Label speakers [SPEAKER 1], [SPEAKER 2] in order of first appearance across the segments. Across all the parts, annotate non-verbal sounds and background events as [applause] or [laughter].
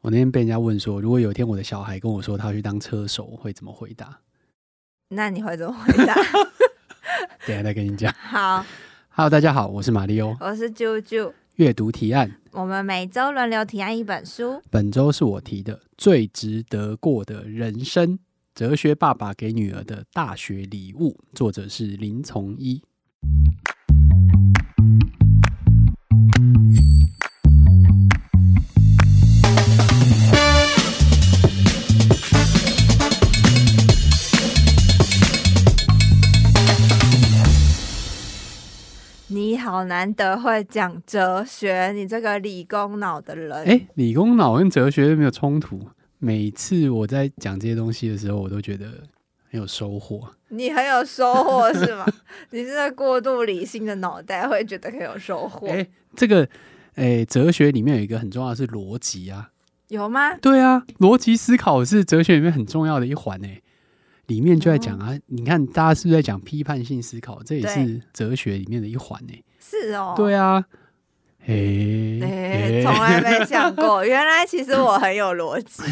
[SPEAKER 1] 我那天被人家问说，如果有一天我的小孩跟我说他要去当车手，我会怎么回答？
[SPEAKER 2] 那你会怎么回答？ [laughs]
[SPEAKER 1] 等一下再跟你讲。
[SPEAKER 2] 好，
[SPEAKER 1] Hello，大家好，我是马里欧。
[SPEAKER 2] 我是啾啾。
[SPEAKER 1] 阅读提案，
[SPEAKER 2] 我们每周轮流提案一本书，
[SPEAKER 1] 本周是我提的最值得过的人生哲学，爸爸给女儿的大学礼物，作者是林从一。
[SPEAKER 2] 你好难得会讲哲学，你这个理工脑的人。
[SPEAKER 1] 哎，理工脑跟哲学没有冲突。每次我在讲这些东西的时候，我都觉得很有收获。
[SPEAKER 2] 你很有收获是
[SPEAKER 1] [laughs]
[SPEAKER 2] 吗？你是在过度理性的脑袋会觉得很有收获，
[SPEAKER 1] 哎，这个哎，哲学里面有一个很重要的是逻辑啊。
[SPEAKER 2] 有吗？
[SPEAKER 1] 对啊，逻辑思考是哲学里面很重要的一环诶。里面就在
[SPEAKER 2] 嗯
[SPEAKER 1] 讲啊，你看大家是不是在讲批判性思考？这也
[SPEAKER 2] 对
[SPEAKER 1] 是哲学里面的一环诶。
[SPEAKER 2] 是哦，
[SPEAKER 1] 对啊，诶
[SPEAKER 2] 哎，
[SPEAKER 1] 诶
[SPEAKER 2] 从来没想过，原来其实我很有逻辑。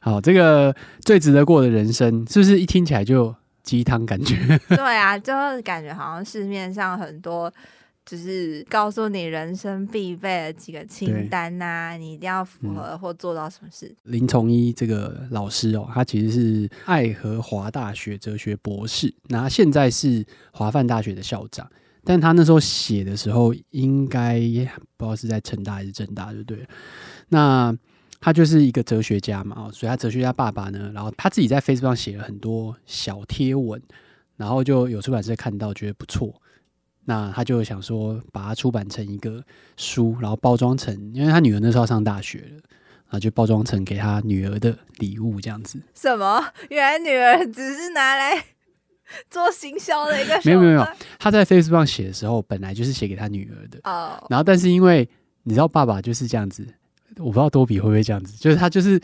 [SPEAKER 1] 好，这个最值得过的人生，是不是一听起来就鸡汤感觉？ [laughs]
[SPEAKER 2] 对啊，就是感觉好像市面上很多，就是告诉你人生必备的几个
[SPEAKER 1] 对
[SPEAKER 2] 清单呐、你一定要符
[SPEAKER 1] 嗯
[SPEAKER 2] 合或做到什么事。
[SPEAKER 1] 林从一这个老师哦，他其实是爱荷华大学哲学博士，那他现在是华范大学的校长。但他那时候写的时候，应该不知道是在成大还是正大，就对了。那他就是一个哲学家嘛，哦，所以他哲学家爸爸呢，然后他自己在 Facebook 上写了很多小贴文，然后就有出版社看到，觉得不错，那他就想说把它出版成一个书，然后包装成，因为他女儿那时候要上大学了。然后就包装成给他女儿的礼物这样子。
[SPEAKER 2] 什么？ [laughs] 原来女儿只是拿来 [laughs] 做行销的一个手段？
[SPEAKER 1] 没有没有没有他在 Facebook 上写的时候，本来就是写给他女儿的，
[SPEAKER 2] 哦，
[SPEAKER 1] 然后但是因为你知道爸爸就是这样子，我不知道多比会不会这样子，就是他就是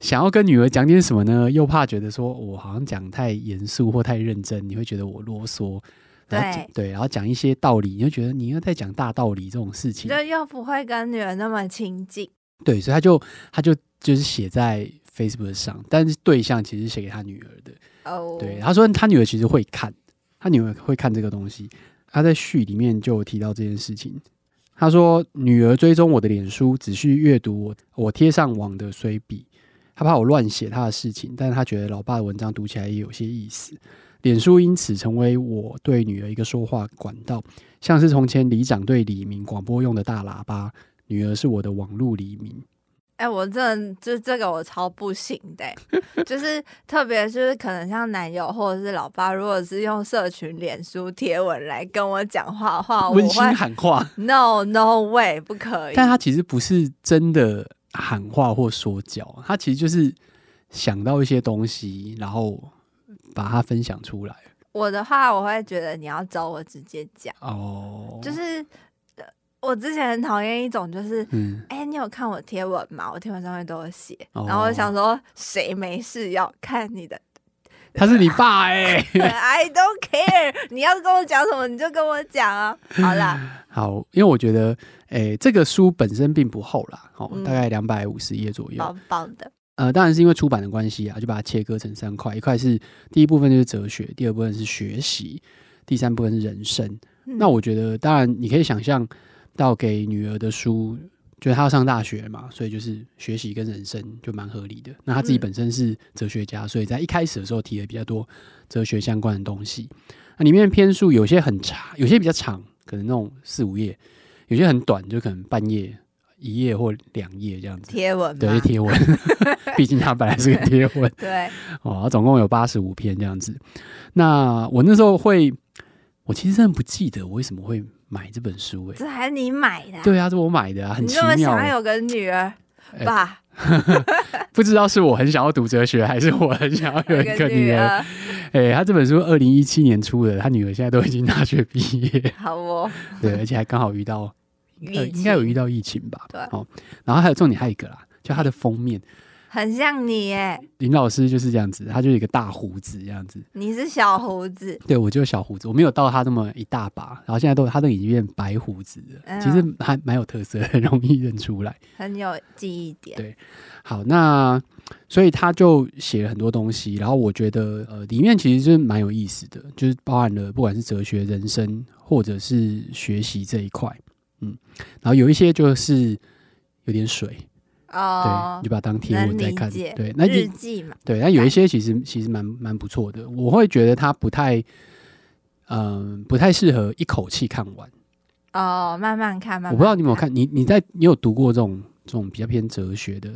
[SPEAKER 1] 想要跟女儿讲点什么呢，又怕觉得说我好像讲太严肃或太认真，你会觉得我啰嗦。然后讲对，然后讲一些道理，你就觉得你又在讲大道理这种事情
[SPEAKER 2] 就，又不会跟女儿那么亲近。
[SPEAKER 1] 对，所以他就他就就是写在 Facebook 上，但是对象其实是写给他女儿的，
[SPEAKER 2] 哦，
[SPEAKER 1] 对，啊他说他女儿其实会看，他女儿会看这个东西。他在序里面就有提到这件事情。他说，女儿追踪我的脸书，只是阅读我我贴上网的随笔。他怕我乱写他的事情，但是他觉得老爸的文章读起来也有些意思。脸书因此成为我对女儿一个说话管道，像是从前里长对李明广播用的大喇叭，女儿是我的网路李明。
[SPEAKER 2] 哎、我真的就这个我超不行的欸、 [laughs] 就是特别就是可能像男友或者是老爸，如果是用社群、脸书贴文来跟我讲话的话，我
[SPEAKER 1] 温馨
[SPEAKER 2] 会
[SPEAKER 1] 喊话，
[SPEAKER 2] no no way 不可以。
[SPEAKER 1] 但他其实不是真的喊话或说教，他其实就是想到一些东西，然后把它分享出来。
[SPEAKER 2] 我的话，我会觉得你要找我直接讲，
[SPEAKER 1] 哦，
[SPEAKER 2] 就是呃我之前很讨厌一种就是。
[SPEAKER 1] 嗯，
[SPEAKER 2] 哎、你有看我贴文吗？我贴文上面都有写，
[SPEAKER 1] 哦
[SPEAKER 2] 然后我想说，谁没事要看
[SPEAKER 1] [laughs]
[SPEAKER 2] 你的
[SPEAKER 1] 他是你爸哎、
[SPEAKER 2] [laughs] ？I don't care，你要跟我讲什么你就跟我讲啊。好啦，
[SPEAKER 1] [laughs] 好，因为我觉得，诶、这个书本身并不厚啦，哦，
[SPEAKER 2] 嗯
[SPEAKER 1] 大概两百五十页左右。
[SPEAKER 2] 棒棒的。
[SPEAKER 1] 呃，当然是因为出版的关系啊，就把它切割成三块，一块是第一部分就是哲学，第二部分是学习，第三部分是人生。那
[SPEAKER 2] 嗯
[SPEAKER 1] 我觉得，当然你可以想象到给女儿的书，就是她要上大学嘛，所以就是学习跟人生就蛮合理的。那她自己
[SPEAKER 2] 嗯
[SPEAKER 1] 本身是哲学家，所以在一开始的时候提了比较多哲学相关的东西。那里面篇数有些很长，有些比较长，可能那种四五页；有些很短，就可能半页、一页或两页这样子。
[SPEAKER 2] 贴文
[SPEAKER 1] 对，
[SPEAKER 2] 嘛
[SPEAKER 1] 是，贴文， [laughs] 毕竟它本来是个贴文。
[SPEAKER 2] 对，
[SPEAKER 1] 哦，它总共有八十五篇这样子。那我那时候会，我其实真的不记得我为什么会买这本书诶、
[SPEAKER 2] 这还你买的啊、
[SPEAKER 1] 对啊，这我买的啊，很
[SPEAKER 2] 你
[SPEAKER 1] 奇
[SPEAKER 2] 这么
[SPEAKER 1] 妙
[SPEAKER 2] 想
[SPEAKER 1] 欸、
[SPEAKER 2] 要有个女儿
[SPEAKER 1] 哎
[SPEAKER 2] 吧？
[SPEAKER 1] 不知道是我很想要读哲学，还是我很想 [laughs] [laughs] 要有一个女
[SPEAKER 2] 女
[SPEAKER 1] 儿。
[SPEAKER 2] 儿，
[SPEAKER 1] 哎、他这本书二零一七年出的，他女儿现在都已经大学毕业，
[SPEAKER 2] 好哦，
[SPEAKER 1] [laughs] 对，而且还刚好遇到，呃
[SPEAKER 2] 疫
[SPEAKER 1] 应该有遇
[SPEAKER 2] 情
[SPEAKER 1] 到疫情吧？
[SPEAKER 2] 对
[SPEAKER 1] 哦，然后还有重点还有一个啦，就它的封面，
[SPEAKER 2] 很像你耶，
[SPEAKER 1] 林老师就是这样子，他就有一个大胡子这样子。
[SPEAKER 2] 你是小胡子，
[SPEAKER 1] 对我就小胡子，我没有到他那么一大把，然后现在都他都已经变白胡子了，
[SPEAKER 2] 嗯
[SPEAKER 1] 其实还蛮有特色，很 [laughs] 容易认出来。
[SPEAKER 2] 很有记忆点。
[SPEAKER 1] 对好，那所以他就写了很多东西，然后我觉得呃里面其实就是蛮有意思的，就是包含了不管是哲学、人生或者是学习这一块，嗯，然后有一些就是有点水，对，
[SPEAKER 2] 哦
[SPEAKER 1] 你，就把它当贴
[SPEAKER 2] 能
[SPEAKER 1] 文在
[SPEAKER 2] 理
[SPEAKER 1] 看，
[SPEAKER 2] 解。
[SPEAKER 1] 对，那就
[SPEAKER 2] 日记嘛，
[SPEAKER 1] 对，但有一些其实其实蛮蛮不错的，我会觉得它不太，嗯、不太适合一口气看完。
[SPEAKER 2] 哦，慢慢看，慢慢
[SPEAKER 1] 我不知道你有没有看，你你在你有读过这种这种比较偏哲学的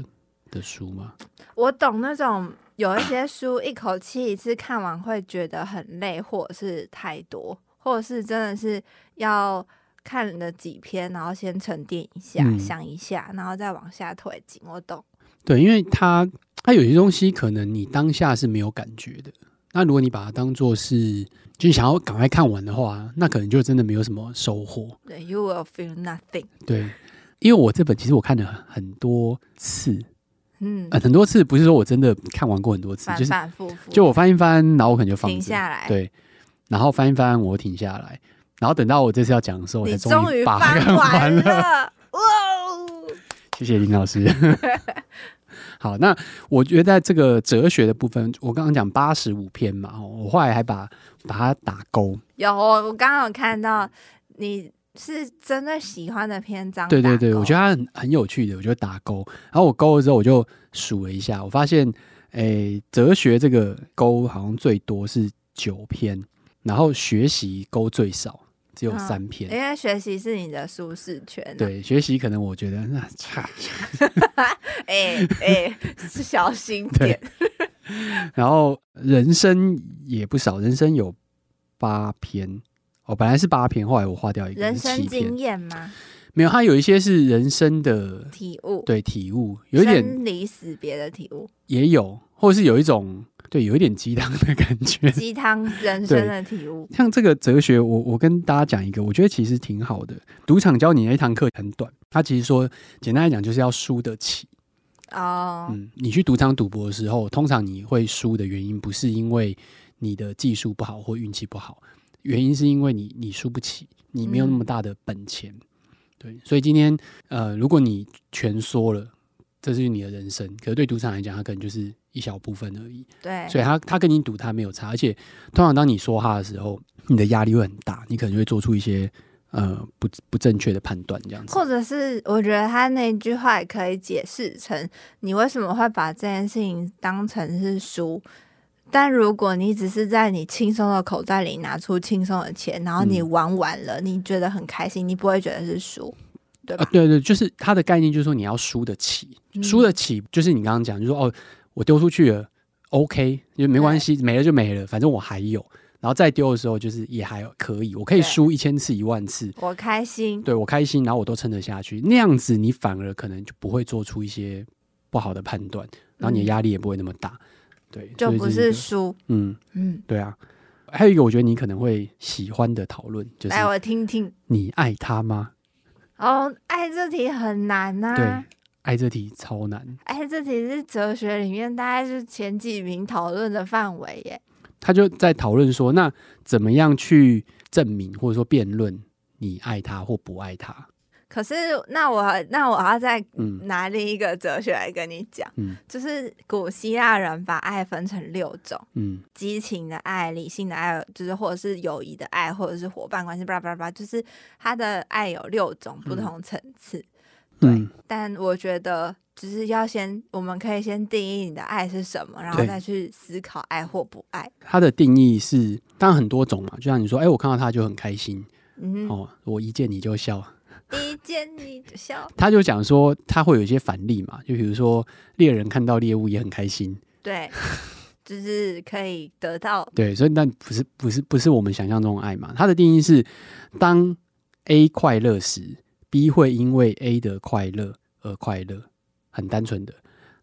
[SPEAKER 1] 的书吗？
[SPEAKER 2] 我懂那种有一些书一口气一次看完会觉得很累，或者是太多，或者是真的是要看了几篇，然后先沉淀一下，
[SPEAKER 1] 嗯
[SPEAKER 2] 想一下，然后再往下推进。我懂，
[SPEAKER 1] 对，因为它它有些东西可能你当下是没有感觉的，那如果你把它当做是就是想要赶快看完的话，那可能就真的没有什么收获。
[SPEAKER 2] 对，You will feel nothing。
[SPEAKER 1] 对，因为我这本其实我看了很多次，
[SPEAKER 2] 嗯，
[SPEAKER 1] 呃，很多次不是说我真的看完过很多次，
[SPEAKER 2] 反
[SPEAKER 1] 呃就是
[SPEAKER 2] 反复复，
[SPEAKER 1] 就我翻一翻，然后我可能就放
[SPEAKER 2] 停
[SPEAKER 1] 着
[SPEAKER 2] 下来
[SPEAKER 1] 对，然后翻一翻，我停下来，然后等到我这次要讲的时候，我才
[SPEAKER 2] 你终
[SPEAKER 1] 于
[SPEAKER 2] 于
[SPEAKER 1] 把
[SPEAKER 2] 翻
[SPEAKER 1] 它看
[SPEAKER 2] 完
[SPEAKER 1] 了。
[SPEAKER 2] 了，哇哦！
[SPEAKER 1] 谢谢林老师。 [laughs] 好，那我觉得在这个哲学的部分，我刚刚讲八十五篇嘛，哦我后来还把把它打勾。
[SPEAKER 2] 有我，我刚刚有看到你是针对喜欢的篇章打
[SPEAKER 1] 对
[SPEAKER 2] 勾，
[SPEAKER 1] 对对，我觉得它很很有趣的，我就打勾。然后我勾了之后，我就数了一下，我发现，诶，哲学这个勾好像最多是九篇，然后学习勾最少，只有
[SPEAKER 2] 嗯
[SPEAKER 1] 三篇。
[SPEAKER 2] 因为学习是你的舒适圈、啊，
[SPEAKER 1] 对，学习可能我觉得那差，
[SPEAKER 2] 哎哎，是小心
[SPEAKER 1] [laughs] 对
[SPEAKER 2] 点。
[SPEAKER 1] 然后人生也不少，人生有八篇，哦，本来是八篇，后来我划掉一个
[SPEAKER 2] 人
[SPEAKER 1] 是
[SPEAKER 2] 生
[SPEAKER 1] 七篇
[SPEAKER 2] 经，验吗？
[SPEAKER 1] 没有，它有一些是人生的
[SPEAKER 2] 体悟，
[SPEAKER 1] 对体悟，有一点
[SPEAKER 2] 生离死别的体悟，
[SPEAKER 1] 也有，或是有一种对有一点鸡汤的感觉。
[SPEAKER 2] 鸡汤人
[SPEAKER 1] 对
[SPEAKER 2] 生的体悟。
[SPEAKER 1] 像这个哲学，我我跟大家讲一个，我觉得其实挺好的。赌场教你那一堂课很短，它其实说简单来讲就是要输得起。
[SPEAKER 2] 哦，
[SPEAKER 1] 嗯，你去赌场赌博的时候，通常你会输的原因不是因为你的技术不好或运气不好，原因是因为你你输不起，你没有
[SPEAKER 2] 嗯
[SPEAKER 1] 那么大的本钱。对，所以今天呃，如果你全缩了，这是你的人生。可是对赌场来讲，它可能就是一小部分而已。
[SPEAKER 2] 对，
[SPEAKER 1] 所以他他跟你赌，他没有差。而且通常当你说他的时候，你的压力会很大，你可能会做出一些呃不不正确的判断，这样子。
[SPEAKER 2] 或者是我觉得他那句话也可以解释成你为什么会把这件事情当成是输。但如果你只是在你轻松的口袋里拿出轻松的钱，然后你
[SPEAKER 1] 嗯
[SPEAKER 2] 玩完了，你觉得很开心，你不会觉得是输，对
[SPEAKER 1] 啊
[SPEAKER 2] 吧，？
[SPEAKER 1] 对对，就是它的概念，就是说你要输得起，
[SPEAKER 2] 嗯
[SPEAKER 1] 输得起，就是你刚刚讲，就是说哦，我丢出去了，OK，就没关系，没了就没了，反正我还有，然后再丢的时候就是也还可以，我可以
[SPEAKER 2] 对
[SPEAKER 1] 输一千次一万次，
[SPEAKER 2] 我开心，
[SPEAKER 1] 对我开心，然后我都撑得下去，那样子你反而可能就不会做出一些不好的判断，然后你的
[SPEAKER 2] 嗯
[SPEAKER 1] 压力也不会那么大，对，
[SPEAKER 2] 就
[SPEAKER 1] 所以
[SPEAKER 2] 不
[SPEAKER 1] 这
[SPEAKER 2] 是
[SPEAKER 1] 一个
[SPEAKER 2] 输。
[SPEAKER 1] 嗯，
[SPEAKER 2] 嗯，
[SPEAKER 1] 对啊。还有一个，我觉得你可能会喜欢的讨论就是
[SPEAKER 2] 来哎我听听。
[SPEAKER 1] 你爱他吗？
[SPEAKER 2] 哦，爱这题很难呐、
[SPEAKER 1] 对，爱这题超难。
[SPEAKER 2] 爱这题是哲学里面大概是前几名讨论的范围耶。
[SPEAKER 1] 他就在讨论说，那怎么样去证明或者说辩论你爱他或不爱他？
[SPEAKER 2] 可是，那我那我要再
[SPEAKER 1] 嗯
[SPEAKER 2] 拿另一个哲学来跟你讲，
[SPEAKER 1] 嗯
[SPEAKER 2] 就是古希腊人把爱分成六种：
[SPEAKER 1] 嗯
[SPEAKER 2] 激情的爱、理性的爱，就是或者是友谊的爱，或者是伙伴关系，巴拉巴拉巴拉，就是他的爱有六种不同层次。对
[SPEAKER 1] 嗯，
[SPEAKER 2] 但我觉得，就是要先，我们可以先定义你的爱是什么，然后
[SPEAKER 1] 对
[SPEAKER 2] 再去思考爱或不爱。
[SPEAKER 1] 他的定义是当然很多种嘛，就像你说，哎、我看到他就很开心
[SPEAKER 2] 嗯，
[SPEAKER 1] 哦，我一见你就笑。
[SPEAKER 2] 第一见你就笑，
[SPEAKER 1] 他就讲说，他会有一些反例嘛，就比如说猎人看到猎物也很开心，
[SPEAKER 2] 对，就是可以得到
[SPEAKER 1] 对，所以那不是不是不是我们想象中的爱嘛。他的定义是，当 A 快乐时，B 会因为 A 的快乐而快乐，很单纯的；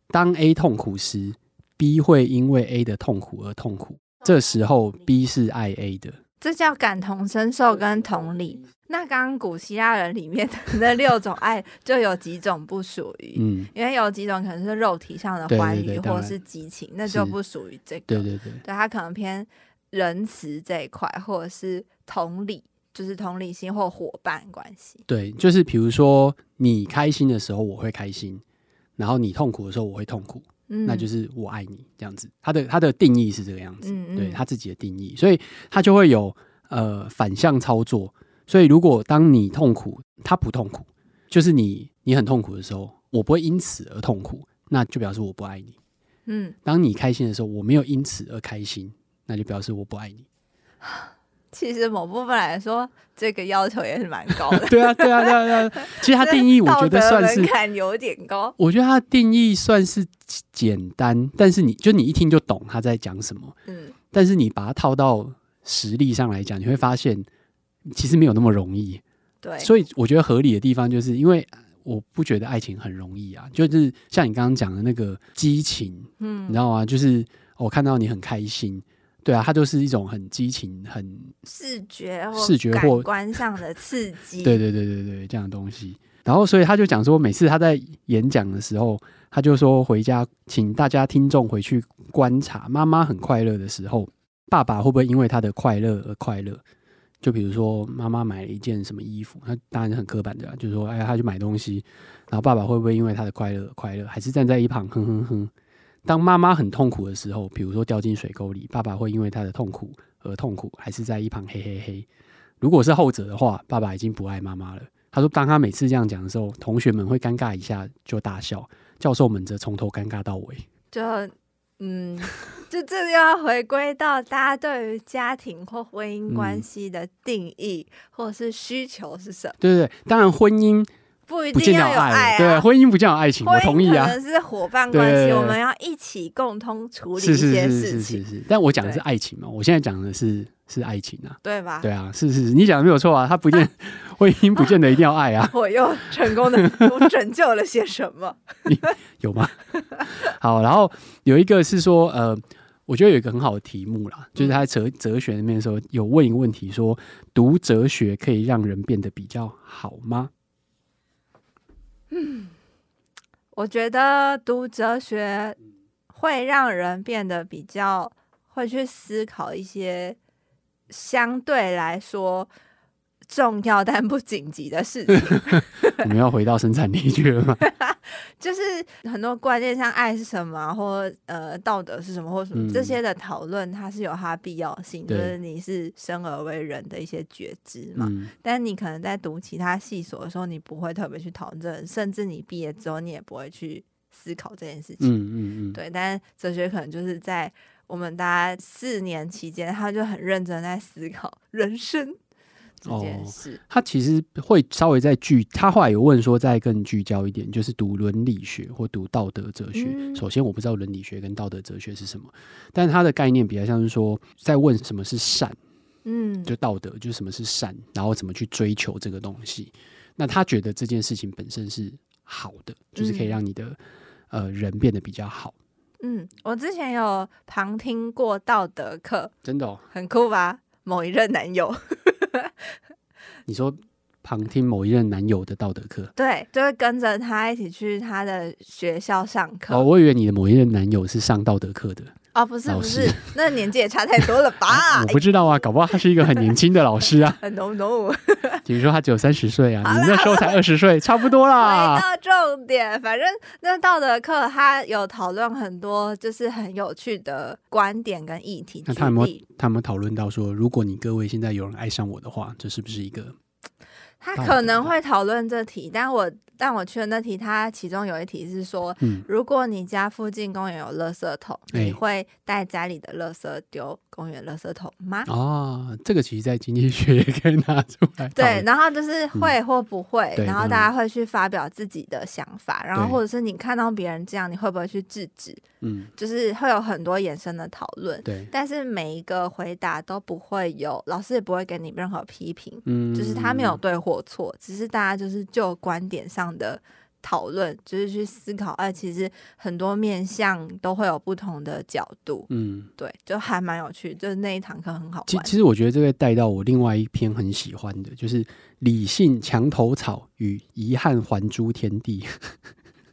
[SPEAKER 1] 当 A 痛苦时，B 会因为 A 的痛苦而痛苦。这时候 B 是爱 A 的，
[SPEAKER 2] 这叫感同身受跟同理。那刚刚古希腊人里面
[SPEAKER 1] [laughs]
[SPEAKER 2] 的那六种爱，就有几种不属于，
[SPEAKER 1] 嗯，
[SPEAKER 2] 因为有几种可能是肉体上的
[SPEAKER 1] 对
[SPEAKER 2] 欢
[SPEAKER 1] 对对
[SPEAKER 2] 愉
[SPEAKER 1] 当
[SPEAKER 2] 或
[SPEAKER 1] 然
[SPEAKER 2] 是激情，那就是不属于这个。
[SPEAKER 1] 对对对，
[SPEAKER 2] 对他可能偏仁慈这一块，或者是同理，就是同理心或伙伴关系。
[SPEAKER 1] 对，就是比如说你开心的时候我会开心，然后你痛苦的时候我会痛苦，
[SPEAKER 2] 嗯，
[SPEAKER 1] 那就是我爱你这样子。他的他的定义是这个样子，
[SPEAKER 2] 嗯嗯
[SPEAKER 1] 对他自己的定义，所以他就会有呃反向操作。所以如果当你痛苦，他不痛苦，就是你你很痛苦的时候，我不会因此而痛苦，那就表示我不爱你。
[SPEAKER 2] 嗯，
[SPEAKER 1] 当你开心的时候，我没有因此而开心，那就表示我不爱你。。
[SPEAKER 2] 其实某部分来说，这个要求也是蛮高的
[SPEAKER 1] [laughs] 对啊，对啊，对啊，对啊。其实它定
[SPEAKER 2] [laughs]
[SPEAKER 1] 义我觉得
[SPEAKER 2] 道德
[SPEAKER 1] 算
[SPEAKER 2] 门
[SPEAKER 1] 是，
[SPEAKER 2] 槛有点高。
[SPEAKER 1] 我觉得它的定义算是简单，但是你就你一听就懂他在讲什么。
[SPEAKER 2] 嗯，
[SPEAKER 1] 但是你把它套到实力上来讲，你会发现其实没有那么容易。
[SPEAKER 2] 对，
[SPEAKER 1] 所以我觉得合理的地方，就是因为我不觉得爱情很容易啊，就是像你刚刚讲的那个激情，你
[SPEAKER 2] 嗯
[SPEAKER 1] 知，道吗？就是我看到你很开心，对啊，它就是一种很激情、很
[SPEAKER 2] 视觉或
[SPEAKER 1] 视觉
[SPEAKER 2] 感
[SPEAKER 1] 或
[SPEAKER 2] 官上的刺
[SPEAKER 1] [laughs]
[SPEAKER 2] 激。
[SPEAKER 1] 对对对对对这样的东西。然后所以他就讲说，每次他在演讲的时候，他就说回家请大家听众回去观察，妈妈很快乐的时候，爸爸会不会因为他的快乐而快乐？就比如说妈妈买了一件什么衣服，那当然是很刻板的、啊，就是说哎，他去买东西，然后爸爸会不会因为他的快乐而快乐？还是站在一旁哼哼哼？当妈妈很痛苦的时候，比如说掉进水沟里，爸爸会因为他的痛苦而痛苦，还是在一旁嘿嘿嘿？如果是后者的话，爸爸已经不爱妈妈了。他说，当他每次这样讲的时候，同学们会尴尬一下就大笑，教授们则从头尴尬到尾。
[SPEAKER 2] 就嗯， [laughs] 就这个要回归到大家对于家庭或婚姻关
[SPEAKER 1] 嗯
[SPEAKER 2] 系的定义、或者是需求是什么，
[SPEAKER 1] 对对对，当然婚姻
[SPEAKER 2] 不一
[SPEAKER 1] 不见
[SPEAKER 2] 定要
[SPEAKER 1] 得有
[SPEAKER 2] 有
[SPEAKER 1] 爱，
[SPEAKER 2] 爱
[SPEAKER 1] 对，
[SPEAKER 2] 啊。
[SPEAKER 1] 婚姻不见得有爱情，
[SPEAKER 2] 婚
[SPEAKER 1] 我
[SPEAKER 2] 姻
[SPEAKER 1] 同意啊
[SPEAKER 2] 可。能是伙伴关
[SPEAKER 1] 对对
[SPEAKER 2] 系，
[SPEAKER 1] 对
[SPEAKER 2] 我们要一起共同处理
[SPEAKER 1] 是
[SPEAKER 2] 一
[SPEAKER 1] 是
[SPEAKER 2] 些
[SPEAKER 1] 是
[SPEAKER 2] 事
[SPEAKER 1] 是
[SPEAKER 2] 情，
[SPEAKER 1] 是是，但我讲的是
[SPEAKER 2] 对
[SPEAKER 1] 爱情嘛，我现在讲的是是爱情啊，
[SPEAKER 2] 对吧？
[SPEAKER 1] 对啊，是是是，你讲的没有错啊，他不见婚姻不见得一定要爱啊，
[SPEAKER 2] [laughs] 我又成
[SPEAKER 1] [laughs]
[SPEAKER 2] 功的，我拯救了些什么？
[SPEAKER 1] 有吗？ [laughs] 好，然后有一个是说，呃，我觉得有一个很好的题目
[SPEAKER 2] 嗯
[SPEAKER 1] 啦，就是他在哲哲学里面的时候有问一个问题说读哲学可以让人变得比较好
[SPEAKER 2] [laughs]
[SPEAKER 1] 吗？
[SPEAKER 2] 我觉得读哲学
[SPEAKER 1] 嗯
[SPEAKER 2] 会让人变得比较会去思考一些相对来说重要但不紧急的
[SPEAKER 1] [laughs]
[SPEAKER 2] 事情，
[SPEAKER 1] 我们要回到生产力去了
[SPEAKER 2] [laughs]
[SPEAKER 1] 吗？
[SPEAKER 2] 就是很多观念，像爱是什么啊，或呃道德是什么，或什么、
[SPEAKER 1] 嗯
[SPEAKER 2] 这些的讨论，它是有它必要性，就
[SPEAKER 1] 对
[SPEAKER 2] 是你是生而为人的一些觉知嘛。
[SPEAKER 1] 嗯，
[SPEAKER 2] 但你可能在读其他系所的时候，你不会特别去讨论这个，甚至你毕业之后，你也不会去思考这件事
[SPEAKER 1] 嗯
[SPEAKER 2] 情。
[SPEAKER 1] 嗯嗯，
[SPEAKER 2] 对，但哲学可能就是在我们大家四年期间，他就很认真在思考 [laughs] 人生这件
[SPEAKER 1] 哦
[SPEAKER 2] 事。
[SPEAKER 1] 他其实会稍微再聚，他后来有问说再更聚焦一点，就是读伦理学或读道德哲学。
[SPEAKER 2] 嗯
[SPEAKER 1] 首先，我不知道伦理学跟道德哲学是什么，但他的概念比较像是说在问什么是善。
[SPEAKER 2] 嗯，
[SPEAKER 1] 就道德，就是什么是善，然后怎么去追求这个东西。那他觉得这件事情本身是好的，就是可以
[SPEAKER 2] 嗯
[SPEAKER 1] 让你的、呃人变得比较好，
[SPEAKER 2] 嗯，我之前有旁听过道德课，
[SPEAKER 1] 真的、哦。
[SPEAKER 2] 很酷吧？某一任男友， [laughs]
[SPEAKER 1] 你说旁听某一任男友的道德课，
[SPEAKER 2] 对，就会跟着他一起去他的学校上课。
[SPEAKER 1] 哦，我以为你的某一任男友是上道德课的，
[SPEAKER 2] 哦不是
[SPEAKER 1] 老
[SPEAKER 2] 不
[SPEAKER 1] 师
[SPEAKER 2] 是，那年纪也差太多了吧
[SPEAKER 1] 我？不知道啊，搞不好他是一个很年轻的老师
[SPEAKER 2] [laughs]
[SPEAKER 1] 啊，
[SPEAKER 2] 很 no no。
[SPEAKER 1] 比如说他只有三十岁啊，你那时候才二十岁，差不多
[SPEAKER 2] 回
[SPEAKER 1] 啦。
[SPEAKER 2] 到重点，反正那道德课他有讨论很多就是很有趣的观点跟议题。
[SPEAKER 1] 那
[SPEAKER 2] 举
[SPEAKER 1] 他有没有
[SPEAKER 2] 例
[SPEAKER 1] 他有没有讨论到说，如果你各位现在有人爱上我的话，这是不是一个
[SPEAKER 2] 他
[SPEAKER 1] 道德
[SPEAKER 2] 可能会讨论这题，但我但我去的那题，他其中有一题是说，
[SPEAKER 1] 嗯
[SPEAKER 2] 如果你家附近公园有垃圾桶，
[SPEAKER 1] 哎
[SPEAKER 2] 你会带家里的垃圾丢公园垃圾桶吗？
[SPEAKER 1] 哦，这个其实在经济学也可以拿出来讨
[SPEAKER 2] 对
[SPEAKER 1] 论，，
[SPEAKER 2] 然后就是会或不会，
[SPEAKER 1] 嗯对嗯
[SPEAKER 2] 然后大家会去发表自己的想法，然后
[SPEAKER 1] 对
[SPEAKER 2] 或者是你看到别人这样，你会不会去制止？
[SPEAKER 1] 嗯，
[SPEAKER 2] 就是会有很多衍生的讨论。
[SPEAKER 1] 对，
[SPEAKER 2] 但是每一个回答都不会有，老师也不会给你任何批评，
[SPEAKER 1] 嗯，
[SPEAKER 2] 就是他没有对或错，只是大家就是就观点上的讨论，就是去思考，哎，其实很多面向都会有不同的角度，
[SPEAKER 1] 嗯，
[SPEAKER 2] 对，就还蛮有趣，就是那一堂课很好
[SPEAKER 1] 其
[SPEAKER 2] 玩。
[SPEAKER 1] 其实我觉得这个带到我另外一篇很喜欢的，就是理性墙头草与遗憾还珠天地，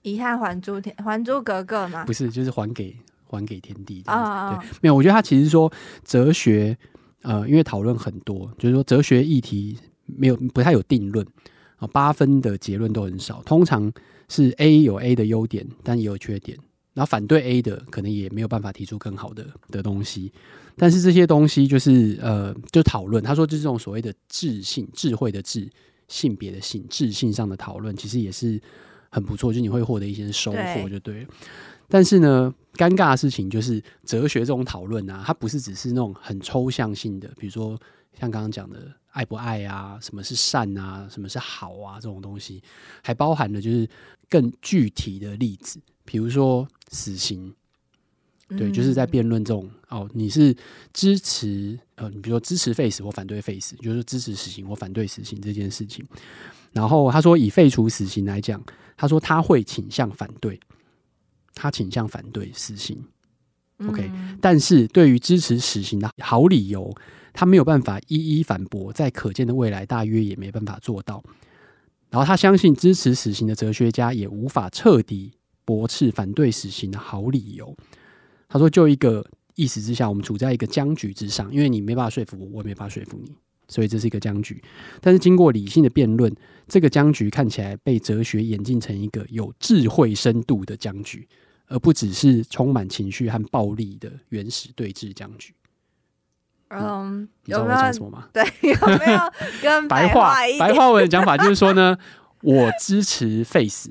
[SPEAKER 2] 遗憾《还珠天》《还珠格格》嘛
[SPEAKER 1] 不，是就是还给还给天地这
[SPEAKER 2] 啊
[SPEAKER 1] 样子。
[SPEAKER 2] 啊
[SPEAKER 1] 对
[SPEAKER 2] 啊，
[SPEAKER 1] 没有，我觉得他其实说哲学，呃，因为讨论很多，就是说哲学议题没有不太有定论啊，八分的结论都很少，通常是 A 有 A 的优点，但也有缺点。然后反对 A 的，可能也没有办法提出更好的的东西，但是这些东西就是呃，就讨论。他说，就是这种所谓的智性、智慧的智、性别的性、智性上的讨论，其实也是很不错，就是你会获得一些收获，
[SPEAKER 2] 对
[SPEAKER 1] 就对了。但是呢，尴尬的事情就是哲学这种讨论啊，它不是只是那种很抽象性的，比如说像刚刚讲的爱不爱啊，什么是善啊，什么是好啊这种东西，还包含了就是更具体的例子，比如说死刑，对，就是在
[SPEAKER 2] 嗯
[SPEAKER 1] 辩论这种哦，你是支持呃，你比如说支持 face 或反对 face，就是支持死刑或反对死刑这件事情。然后他说，以废除死刑来讲，他说他会倾向反对，他倾向反对死刑。OK，
[SPEAKER 2] 嗯
[SPEAKER 1] 但是对于支持死刑的好理由，他没有办法一一反驳，在可见的未来大约也没办法做到。然后他相信支持死刑的哲学家也无法彻底驳斥反对死刑的好理由。他说，就一个意识之下，我们处在一个僵局之上，因为你没办法说服我，我也没办法说服你，所以这是一个僵局。但是经过理性的辩论，这个僵局看起来被哲学演进成一个有智慧深度的僵局。而不只是充满情绪和暴力的原始对峙僵局。
[SPEAKER 2] 嗯，
[SPEAKER 1] 你知道
[SPEAKER 2] 有
[SPEAKER 1] 我
[SPEAKER 2] 没
[SPEAKER 1] 在
[SPEAKER 2] 有
[SPEAKER 1] 讲什么吗？
[SPEAKER 2] [laughs] 对，有没有跟
[SPEAKER 1] 白
[SPEAKER 2] 话一
[SPEAKER 1] 白
[SPEAKER 2] 点？
[SPEAKER 1] 话文的讲法就是说呢，我支持 face。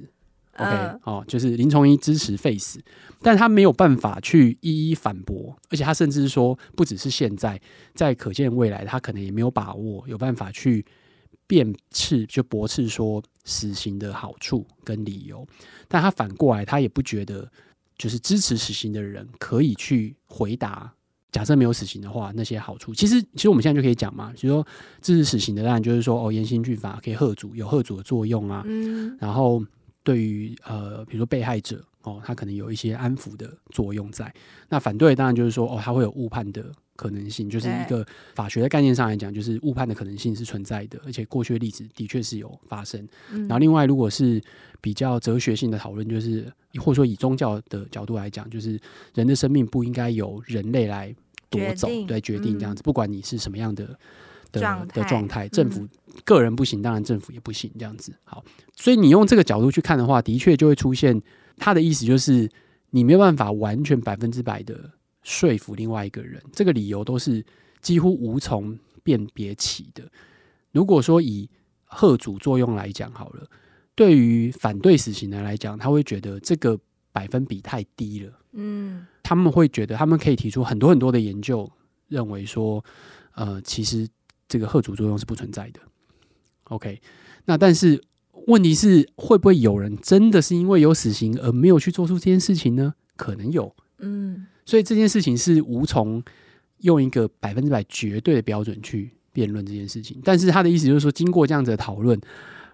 [SPEAKER 1] OK，、
[SPEAKER 2] 嗯
[SPEAKER 1] 哦，就是林崇一支持 Face，但他没有办法去一一反驳，而且他甚至说，不只是现在，在可见未来，他可能也没有把握有办法去辩斥，就驳斥说死刑的好处跟理由。但他反过来，他也不觉得，就是支持死刑的人可以去回答。假设没有死刑的话，那些好处，其实其实我们现在就可以讲嘛，比如说支持死刑的，当然就是说哦，严刑峻法可以吓阻，有吓阻的作用啊，
[SPEAKER 2] 嗯，
[SPEAKER 1] 然后对于呃，比如说被害者哦，他可能有一些安抚的作用在。那反对当然就是说哦，他会有误判的可能性，就是一
[SPEAKER 2] 对
[SPEAKER 1] 个法学的概念上来讲，就是误判的可能性是存在的，而且过去的例子的确是有发生。
[SPEAKER 2] 嗯
[SPEAKER 1] 然后另外，如果是比较哲学性的讨论，就是或者说以宗教的角度来讲，就是人的生命不应该由人类来夺
[SPEAKER 2] 决
[SPEAKER 1] 走，
[SPEAKER 2] 定嗯
[SPEAKER 1] 对，决定这样子，不管你是什么样的。的
[SPEAKER 2] 状
[SPEAKER 1] 的
[SPEAKER 2] 态
[SPEAKER 1] 状态，政
[SPEAKER 2] 嗯
[SPEAKER 1] 府、个人不行，当然政府也不行，这样子。好，所以你用这个角度去看的话，的确就会出现他的意思就是你没有办法完全百分之百的说服另外一个人，这个理由都是几乎无从辨别起的。如果说以贺主作用来讲好了，对于反对死刑的来讲，他会觉得这个百分比太低了，
[SPEAKER 2] 嗯
[SPEAKER 1] 他们会觉得他们可以提出很多很多的研究，认为说，呃，其实这个贺主作用是不存在的。OK，那但是问题是，会不会有人真的是因为有死刑而没有去做出这件事情呢？可能有，
[SPEAKER 2] 嗯，
[SPEAKER 1] 所以这件事情是无从用一个百分之百绝对的标准去辩论这件事情。但是他的意思就是说，经过这样子的讨论，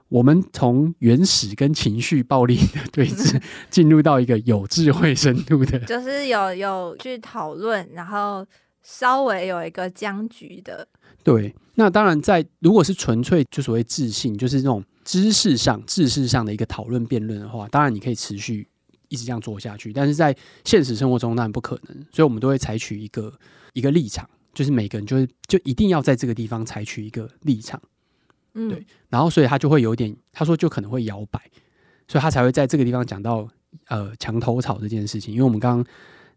[SPEAKER 1] 我们从原始跟情绪暴力的对峙，进入到一个有智慧深度的。
[SPEAKER 2] 就是有有去讨论，然后稍微有一个僵局的，
[SPEAKER 1] 对，那当然在如果是纯粹就所谓智性，就是那种知识上、知识上的一个讨论辩论的话，当然你可以持续一直这样做下去，但是在现实生活中当然不可能，所以我们都会采取一个一个立场，就是每个人就是就一定要在这个地方采取一个立场，
[SPEAKER 2] 嗯，
[SPEAKER 1] 对然后所以他就会有点，他说就可能会摇摆，所以他才会在这个地方讲到呃墙头草这件事情，因为我们刚刚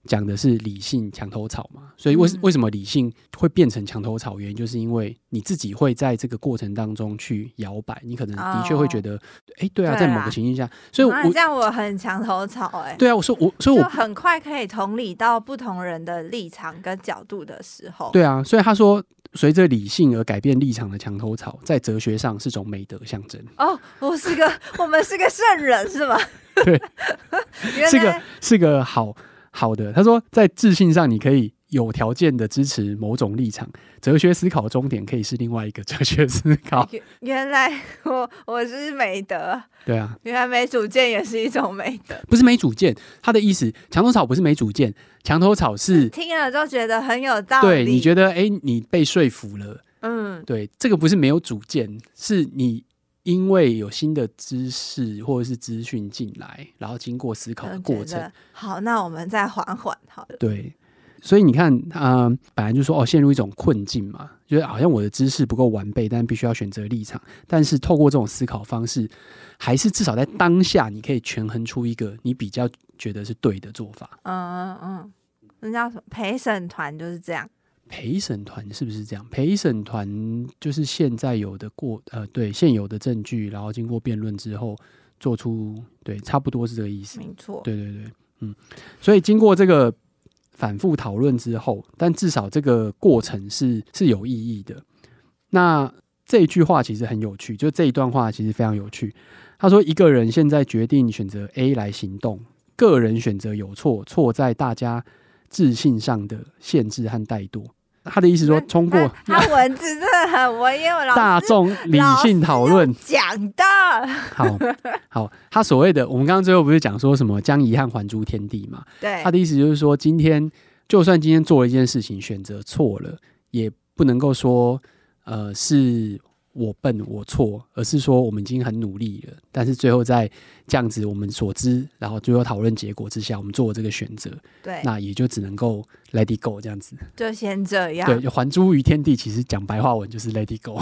[SPEAKER 1] 讲的是理性墙头草嘛，所以为、
[SPEAKER 2] 嗯
[SPEAKER 1] 为什么理性会变成墙头草？原因就是因为你自己会在这个过程当中去摇摆，你可能的确会觉得，哎、对啊，
[SPEAKER 2] 对
[SPEAKER 1] 在某
[SPEAKER 2] 啦
[SPEAKER 1] 个情境下，所以
[SPEAKER 2] 啊这
[SPEAKER 1] 我
[SPEAKER 2] 样我很墙头草哎、
[SPEAKER 1] 对啊，我说我所以
[SPEAKER 2] 就
[SPEAKER 1] 我
[SPEAKER 2] 很快可以同理到不同人的立场跟角度的时候，
[SPEAKER 1] 对啊，所以他说随着理性而改变立场的墙头草，在哲学上是种美德象征。
[SPEAKER 2] 哦，我是个，我们是个圣人是吗？ [laughs]
[SPEAKER 1] 对，
[SPEAKER 2] 原
[SPEAKER 1] 是个
[SPEAKER 2] 来
[SPEAKER 1] 是个好好的。他说，在自信上你可以有条件的支持某种立场，哲学思考终点可以是另外一个 [laughs] 哲学思
[SPEAKER 2] [laughs]。
[SPEAKER 1] 考
[SPEAKER 2] 原原来我我是美德，
[SPEAKER 1] 对啊，
[SPEAKER 2] 原来没主见也是一种美德。
[SPEAKER 1] 不是没主见，他的意思，墙头草不是没主见，墙头草是
[SPEAKER 2] 听了都觉得很有道理。
[SPEAKER 1] 对你觉得，诶，你被说服了，
[SPEAKER 2] 嗯，
[SPEAKER 1] 对，这个不是没有主见，是你因为有新的知识或者是资讯进来，然后经过思考的
[SPEAKER 2] 就
[SPEAKER 1] 过
[SPEAKER 2] 觉
[SPEAKER 1] 程，
[SPEAKER 2] 得好，那我们再缓缓好了。
[SPEAKER 1] 对，所以你看，啊、本来就说哦，陷入一种困境嘛，就是好像我的知识不够完备，但必须要选择立场。但是透过这种思考方式，还是至少在当下，你可以权衡出一个你比较觉得是对的做法。
[SPEAKER 2] 嗯嗯嗯，那叫什么陪审团就是这样。
[SPEAKER 1] 陪审团是不是这样？陪审团就是现在有的过呃，对现有的证据，然后经过辩论之后做出对，差不多是这个意思。
[SPEAKER 2] 没错，啊
[SPEAKER 1] 对对对，嗯，所以经过这个反复讨论之后，但至少这个过程是是有意义的。那这一句话其实很有趣，就这一段话其实非常有趣。他说，一个人现在决定选择 A 来行动，个人选择有错，错在大家自信上的限制和怠惰。他的意思说，
[SPEAKER 2] 那
[SPEAKER 1] 通过
[SPEAKER 2] 他他啊文字真的很文言文，老
[SPEAKER 1] 大
[SPEAKER 2] 师
[SPEAKER 1] 众理性讨论，
[SPEAKER 2] 讲的。
[SPEAKER 1] 好好，他所谓的我们刚刚最后不是讲说什么将遗憾还诸天地嘛？
[SPEAKER 2] 对
[SPEAKER 1] 他，的意思就是说，今天就算今天做了一件事情，选择错了，也不能够说呃是我笨我错，而是说我们已经很努力了，但是最后在这样子我们所知，然后最后讨论结果之下，我们做了这个选择，
[SPEAKER 2] 对，
[SPEAKER 1] 那也就只能够 let it go 这样子。
[SPEAKER 2] 就先这样。
[SPEAKER 1] 对，就还诸于天地，其实讲白话文就是 let it go。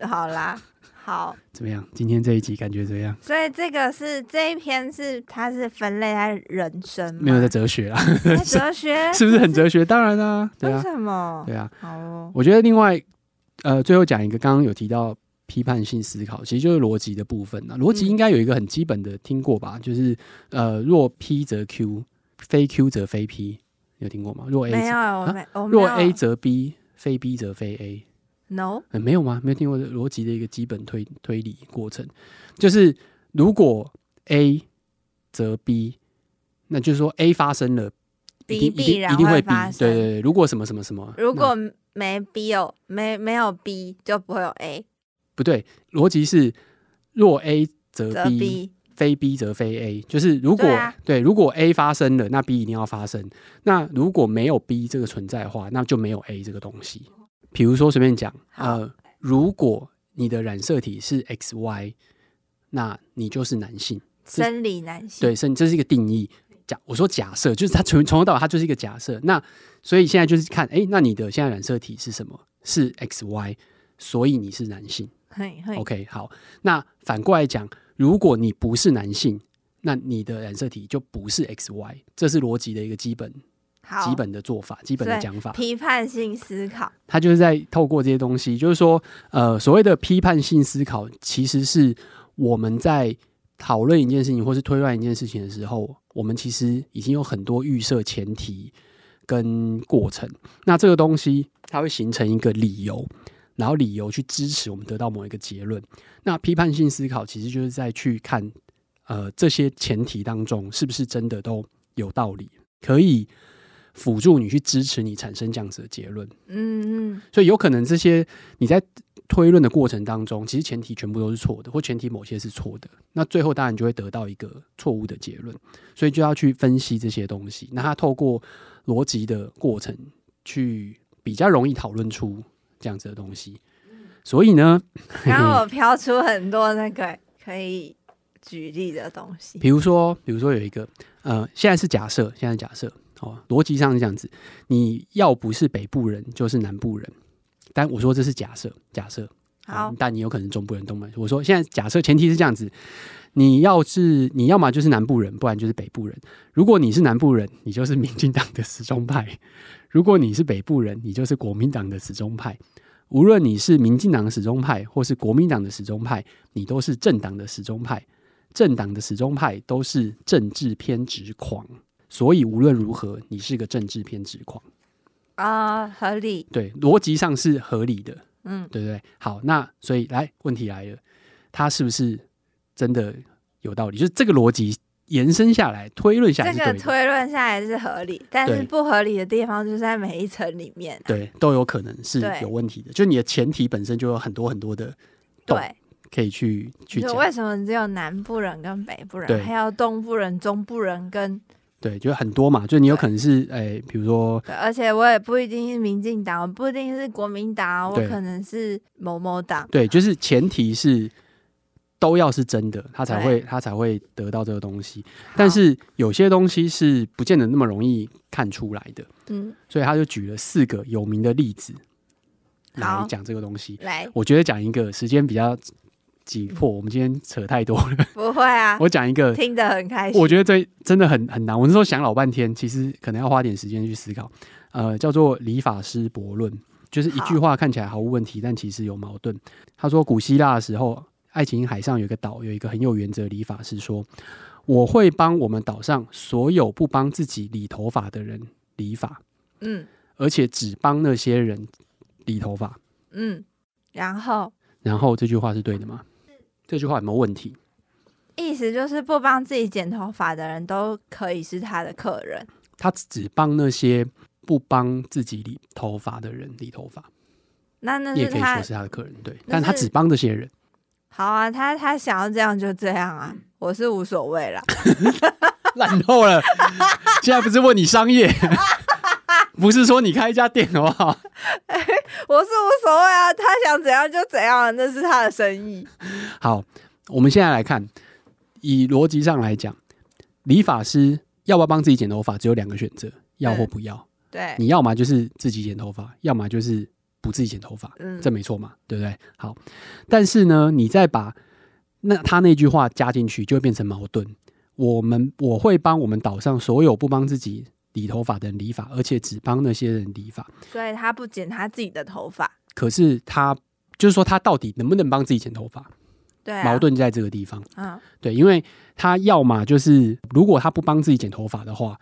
[SPEAKER 2] 好啦，好，
[SPEAKER 1] 怎么样？今天这一集感觉怎么样？
[SPEAKER 2] 所以这个是这一篇是它是分类在人生吗，
[SPEAKER 1] 没有在哲学啦，
[SPEAKER 2] 在哲
[SPEAKER 1] [laughs]
[SPEAKER 2] 学，
[SPEAKER 1] 是不是很哲学？当然啦、对
[SPEAKER 2] 为
[SPEAKER 1] 啊，
[SPEAKER 2] 什么？
[SPEAKER 1] 对啊。
[SPEAKER 2] 好哦，
[SPEAKER 1] 我觉得另外，呃，最后讲一个，刚刚有提到批判性思考，其实就是逻辑的部分啊。逻辑
[SPEAKER 2] 嗯
[SPEAKER 1] 应该有一个很基本的听过吧，就是呃，若 P 则 Q，非 Q 则非 P，有听过吗？若 A
[SPEAKER 2] 没有，
[SPEAKER 1] 则
[SPEAKER 2] 我没，我没
[SPEAKER 1] 若
[SPEAKER 2] 有
[SPEAKER 1] A 则 B，非 B 则非 A，
[SPEAKER 2] no，
[SPEAKER 1] 呃，没有吗？没有听过这逻辑的一个基本推推理过程，就是如果 A 则 B，那就是说 A 发生了。一定一
[SPEAKER 2] B 必
[SPEAKER 1] 定
[SPEAKER 2] 然
[SPEAKER 1] 一定
[SPEAKER 2] 会
[SPEAKER 1] 会 B，
[SPEAKER 2] 发
[SPEAKER 1] 对
[SPEAKER 2] 生
[SPEAKER 1] 对对。如果什么什么什么，那
[SPEAKER 2] 如果没 B 有没没有 B 就不会有 A
[SPEAKER 1] 不对，逻辑是若 A 则
[SPEAKER 2] 则
[SPEAKER 1] B，,
[SPEAKER 2] B，
[SPEAKER 1] 非 B 则非 A，就是如果
[SPEAKER 2] 对啊
[SPEAKER 1] 如果 A 发生了，那 B 一定要发生。那如果没有 B 这个存在的话，那就没有 A 这个东西。比如说随便讲，呃，如果你的染色体是 XY，那你就是男性。
[SPEAKER 2] 生理男性。
[SPEAKER 1] 对，甚这是一个定义。假我说假设，就是它从从头到尾它就是一个假设。那所以现在就是看，哎，那你的现在染色体是什么？是 XY，所以你是男性。
[SPEAKER 2] 嘿嘿
[SPEAKER 1] OK，好，那反过来讲，如果你不是男性，那你的染色体就不是 XY，这是逻辑的一个基本、
[SPEAKER 2] 好，
[SPEAKER 1] 基本的做法、基本的讲法。
[SPEAKER 2] 批判性思考，
[SPEAKER 1] 他就是在透过这些东西，就是说，呃，所谓的批判性思考，其实是我们在讨论一件事情或是推断一件事情的时候，我们其实已经有很多预设前提跟过程。那这个东西它会形成一个理由，然后理由去支持我们得到某一个结论。那批判性思考其实就是在去看，呃，这些前提当中是不是真的都有道理，可以辅助你去支持你产生这样子的结论。
[SPEAKER 2] 嗯嗯，
[SPEAKER 1] 所以有可能这些你在推论的过程当中，其实前提全部都是错的，或前提某些是错的，那最后当然就会得到一个错误的结论。所以就要去分析这些东西。那他透过逻辑的过程，去比较容易讨论出这样子的东西。所以呢，
[SPEAKER 2] 嗯
[SPEAKER 1] [laughs]
[SPEAKER 2] 然后我飘出很多那个可以举例的东西。
[SPEAKER 1] 比如说，比如说有一个呃，现在是假设，现在假设哦，逻辑上是这样子，你要不是北部人，就是南部人。但我说这是假设，假设
[SPEAKER 2] 好，
[SPEAKER 1] 但你有可能中部人、东部人。我说现在假设前提是这样子，你要是你要么就是南部人，不然就是北部人。如果你是南部人，你就是民进党的死忠派；如果你是北部人，你就是国民党的死忠派。无论你是民进党的死忠派，或是国民党的死忠派，你都是政党的死忠派。政党的死忠派都是政治偏执狂，所以无论如何，你是个政治偏执狂。
[SPEAKER 2] 啊，合理，
[SPEAKER 1] 对，逻辑上是合理的，
[SPEAKER 2] 嗯，
[SPEAKER 1] 对不对？好，那所以来问题来了，它是不是真的有道理？就是这个逻辑延伸下来推论下来
[SPEAKER 2] 这
[SPEAKER 1] 是对
[SPEAKER 2] 个
[SPEAKER 1] 的，
[SPEAKER 2] 推论下来是合理，但是
[SPEAKER 1] 对
[SPEAKER 2] 不合理的地方就在每一层里面、啊。
[SPEAKER 1] 对，都有可能是
[SPEAKER 2] 对
[SPEAKER 1] 有问题的。就你的前提本身就有很多很多的懂
[SPEAKER 2] 对，
[SPEAKER 1] 可以去去
[SPEAKER 2] 就
[SPEAKER 1] 讲，
[SPEAKER 2] 为什么只有南部人跟北部
[SPEAKER 1] 对
[SPEAKER 2] 人，还有东部人、中部人跟
[SPEAKER 1] 对，就很多嘛。就你有
[SPEAKER 2] 对
[SPEAKER 1] 可能是诶，比如说
[SPEAKER 2] 对，而且我也不一定是民进党，我不一定是国民党，我
[SPEAKER 1] 对
[SPEAKER 2] 可能是某某党。
[SPEAKER 1] 对，就是前提是都要是真的，他才
[SPEAKER 2] 对
[SPEAKER 1] 会他才会得到这个东西。
[SPEAKER 2] 好
[SPEAKER 1] 但，是有些东西是不见得那么容易看出来的，
[SPEAKER 2] 嗯，
[SPEAKER 1] 所以他就举了四个有名的例子来
[SPEAKER 2] 好
[SPEAKER 1] 讲这个东西。
[SPEAKER 2] 来，
[SPEAKER 1] 我觉得讲一个时间比较紧迫，我们今天扯太多了。
[SPEAKER 2] 不会嗯啊，
[SPEAKER 1] 我讲一个，
[SPEAKER 2] 听得很开心。
[SPEAKER 1] 我觉得这真的很很难。我那时候想老半天，其实可能要花点时间去思考。呃，叫做理法师驳论，就是一句
[SPEAKER 2] 好
[SPEAKER 1] 话看起来毫无问题，但其实有矛盾。他说，古希腊的时候，爱琴海上有一个岛，有一个很有原则的理发师说：“我会帮我们岛上所有不帮自己理头发的人理发，
[SPEAKER 2] 嗯
[SPEAKER 1] 而且只帮那些人理头发。
[SPEAKER 2] 嗯，然后”
[SPEAKER 1] 然后这句话是对的吗？这句话有没有问题？
[SPEAKER 2] 意思就是不帮自己剪头发的人都可以是他的客人。
[SPEAKER 1] 他只帮那些不帮自己理头发的人理头发。
[SPEAKER 2] 那那
[SPEAKER 1] 你也
[SPEAKER 2] 是
[SPEAKER 1] 可以
[SPEAKER 2] 他
[SPEAKER 1] 说是他的客人，对，但
[SPEAKER 2] 但
[SPEAKER 1] 他
[SPEAKER 2] 是
[SPEAKER 1] 只帮这些人，
[SPEAKER 2] 好啊，他他想要这样就这样啊，我是无所谓啦。
[SPEAKER 1] [laughs] 烂透了。现在不是问你商业，不是说你开一家店好不好？
[SPEAKER 2] 我是无所谓啊，他想怎样就怎样，啊那是他的生意。
[SPEAKER 1] 好，我们现在来看，以逻辑上来讲，理发师要不要帮自己剪头发，只有两个选择，要或不要。
[SPEAKER 2] 对，
[SPEAKER 1] 你要么就是自己剪头发，要么就是不自己剪头发，
[SPEAKER 2] 嗯
[SPEAKER 1] 这没错嘛，对不对？好，但是呢，你再把那他那句话加进去，就会变成矛盾。我们我会帮我们岛上所有不帮自己理头发的人理发，而且只帮那些人理发。
[SPEAKER 2] 所以他不剪他自己的头发。
[SPEAKER 1] 可是他就是说，他到底能不能帮自己剪头发？
[SPEAKER 2] 对、啊，
[SPEAKER 1] 矛。盾就在这个地方。
[SPEAKER 2] 嗯，
[SPEAKER 1] 对，因为他要么就是如果他不帮自己剪头发的话，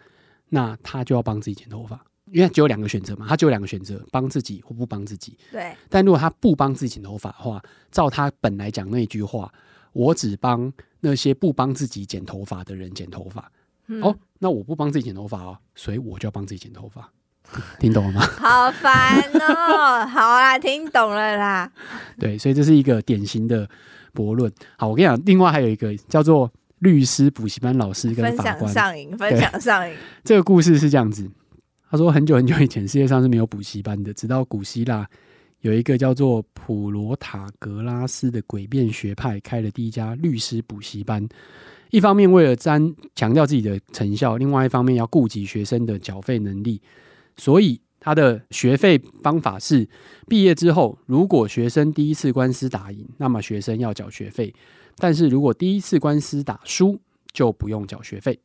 [SPEAKER 1] 那他就要帮自己剪头发，因为只有两个选择嘛，他只有两个选择，帮自己或不帮自己。
[SPEAKER 2] [laughs] 对，
[SPEAKER 1] 但如果他不帮自己剪头发的话，照他本来讲那一句话，我只帮那些不帮自己剪头发的人剪头发。
[SPEAKER 2] 嗯
[SPEAKER 1] 哦，那我不帮自己剪头发哦，所以我就要帮自己剪头发。 [laughs] 听懂了吗？
[SPEAKER 2] 好烦哦。好啦，听懂了啦。
[SPEAKER 1] 对，所以这是一个典型的驳论。好，我跟你讲，另外还有一个叫做律师补习班老师跟
[SPEAKER 2] 分
[SPEAKER 1] 法
[SPEAKER 2] 享
[SPEAKER 1] 官，
[SPEAKER 2] 上瘾，分享上瘾。
[SPEAKER 1] 这个故事是这样子，他说很久很久以前世界上是没有补习班的，直到古希腊有一个叫做普罗塔格拉斯的诡辩学派开了第一家律师补习班。一方面为了沾强调自己的成效，另外一方面要顾及学生的缴费能力，所以他的学费方法是：毕业之后，如果学生第一次官司打赢，那么学生要缴学费；但是如果第一次官司打输，就不用缴学费。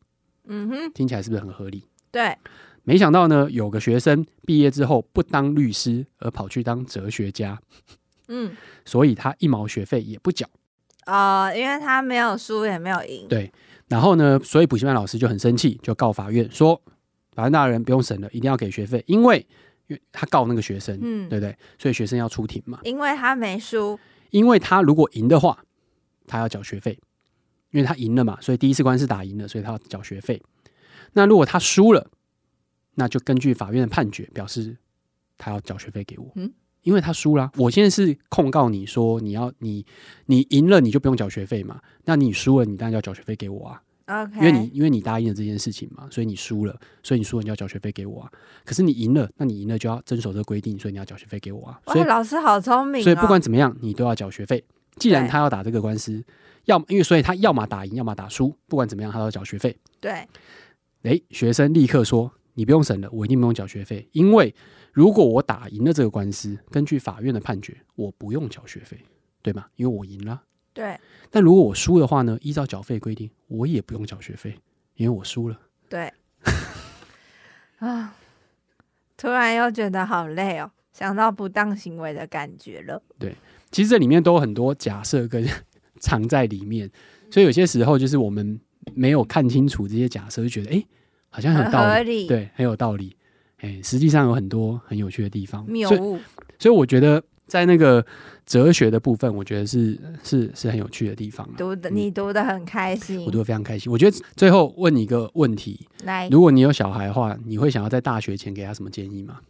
[SPEAKER 2] 嗯哼，
[SPEAKER 1] 听起来是不是很合理？
[SPEAKER 2] 对，
[SPEAKER 1] 没想到呢，有个学生毕业之后不当律师，而跑去当哲学家，
[SPEAKER 2] 嗯，
[SPEAKER 1] 所以他一毛学费也不缴。
[SPEAKER 2] 哦，因为他没有输也没有赢。
[SPEAKER 1] 对然后呢，所以补习班老师就很生气，就告法院说，法院大人不用审了，一定要给学费，因为因为他告那个学生，
[SPEAKER 2] 嗯
[SPEAKER 1] 对不对？所以学生要出庭嘛，
[SPEAKER 2] 因为他没输。
[SPEAKER 1] 因为他如果赢的话，他要缴学费，因为他赢了嘛，所以第一次官司打赢了，所以他要缴学费。那如果他输了，那就根据法院的判决表示他要缴学费给我，
[SPEAKER 2] 嗯
[SPEAKER 1] 因为他输了啊、我现在是控告你说你要你你赢了你就不用缴学费嘛，那你输了你当然要缴学费给我啊，
[SPEAKER 2] OK，
[SPEAKER 1] 因为你因为你答应了这件事情嘛，所以你输了，所以你输了你就要缴学费给我啊。可是你赢了，那你赢了就要遵守这个规定，所以你要缴学费给我啊。
[SPEAKER 2] 哇
[SPEAKER 1] 所以，
[SPEAKER 2] 老师好聪明、哦。
[SPEAKER 1] 所以不管怎么样，你都要缴学费。既然
[SPEAKER 2] 对
[SPEAKER 1] 他要打这个官司，要么因为所以他要么打赢，要么打输，不管怎么样，他都要缴学费。
[SPEAKER 2] 对，
[SPEAKER 1] 诶，学生立刻说：“你不用审了，我一定不用缴学费，因为如果我打赢了这个官司，根据法院的判决，我不用缴学费，对吗？因为我赢了。啊
[SPEAKER 2] 对，
[SPEAKER 1] 但如果我输的话呢？依照缴费规定，我也不用缴学费，因为我输了。”
[SPEAKER 2] 对。 [laughs] 啊，突然又觉得好累哦，想到不当行为的感觉了。
[SPEAKER 1] 其实这里面都有很多假设跟 [laughs] 藏在里面，所以有些时候就是我们没有看清楚这些假设，就觉得哎、诶好像很有
[SPEAKER 2] 很合
[SPEAKER 1] 道理，
[SPEAKER 2] 理，，
[SPEAKER 1] 对，很有道理。哎、实际上有很多很有趣的地方，
[SPEAKER 2] 谬
[SPEAKER 1] 所以
[SPEAKER 2] 误，
[SPEAKER 1] 所以我觉得在那个哲学的部分，我觉得是是是很有趣的地方啊。
[SPEAKER 2] 读的
[SPEAKER 1] 嗯
[SPEAKER 2] 你读的很开心
[SPEAKER 1] 我，读得非常开心。我觉得最后问你一个问题：
[SPEAKER 2] 来，
[SPEAKER 1] 如果你有小孩的话，你会想要在大学前给他什么建议吗？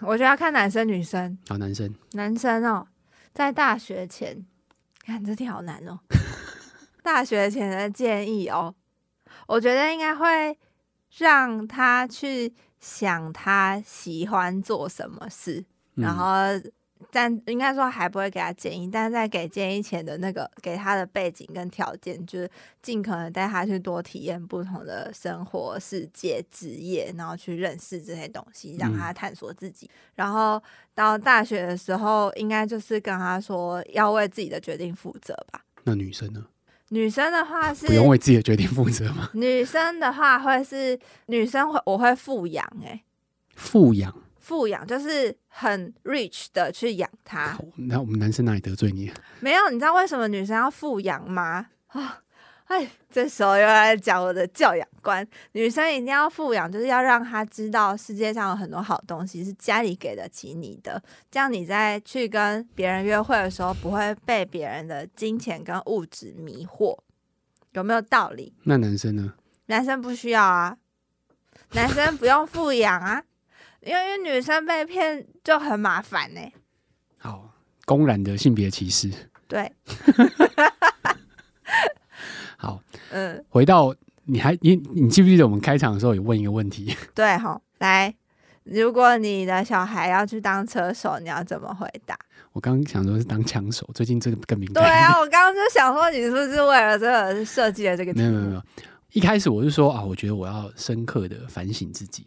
[SPEAKER 2] 我觉得要看男生女生，
[SPEAKER 1] 好，啊男生，
[SPEAKER 2] 男生哦，在大学前，看这题好难
[SPEAKER 1] [laughs]
[SPEAKER 2] 哦，大学前的建议哦，我觉得应该会让他去想他喜欢做什么事，
[SPEAKER 1] 嗯
[SPEAKER 2] 然后但应该说还不会给他建议，但是在给建议前的那个给他的背景跟条件，就是尽可能带他去多体验不同的生活、世界、职业，然后去认识这些东西，让
[SPEAKER 1] 嗯
[SPEAKER 2] 他探索自己。然后到大学的时候，应该就是跟他说要为自己的决定负责吧。
[SPEAKER 1] 那女生呢？
[SPEAKER 2] 女生的话是
[SPEAKER 1] 不用为自己的决定负责
[SPEAKER 2] [laughs]
[SPEAKER 1] 吗？
[SPEAKER 2] 女生的话会是女生会我会富养哎、
[SPEAKER 1] 富养，
[SPEAKER 2] 富养就是很 rich 的去养他，
[SPEAKER 1] 好那我们男生哪里得罪你？啊
[SPEAKER 2] 没有，你知道为什么女生要富养吗？啊，哎，这时候又来讲我的教养观。女生一定要富养，就是要让她知道世界上有很多好东西是家里给得起你的，这样你在去跟别人约会的时候不会被别人的金钱跟物质迷惑，有没有道理？
[SPEAKER 1] 那男生呢？
[SPEAKER 2] 男生不需要啊，男生不用富养啊，因为女生被骗就很麻烦欸呢、
[SPEAKER 1] 好，公然的性别歧视。
[SPEAKER 2] 对，
[SPEAKER 1] 好，
[SPEAKER 2] 嗯，
[SPEAKER 1] 回到你还你你记不记得我们开场的时候有问一个问题？
[SPEAKER 2] 对吼，来，如果你的小孩要去当车手，你要怎么回答？
[SPEAKER 1] 我刚刚想说是当枪手， [laughs] 最近这个更敏
[SPEAKER 2] 对
[SPEAKER 1] 感。
[SPEAKER 2] 啊，我刚刚就想说，你是不是为了这个设计了这个
[SPEAKER 1] [laughs]
[SPEAKER 2] 题
[SPEAKER 1] 没有没有没
[SPEAKER 2] 目？
[SPEAKER 1] 有，一开始我是说啊，我觉得我要深刻的反省自己，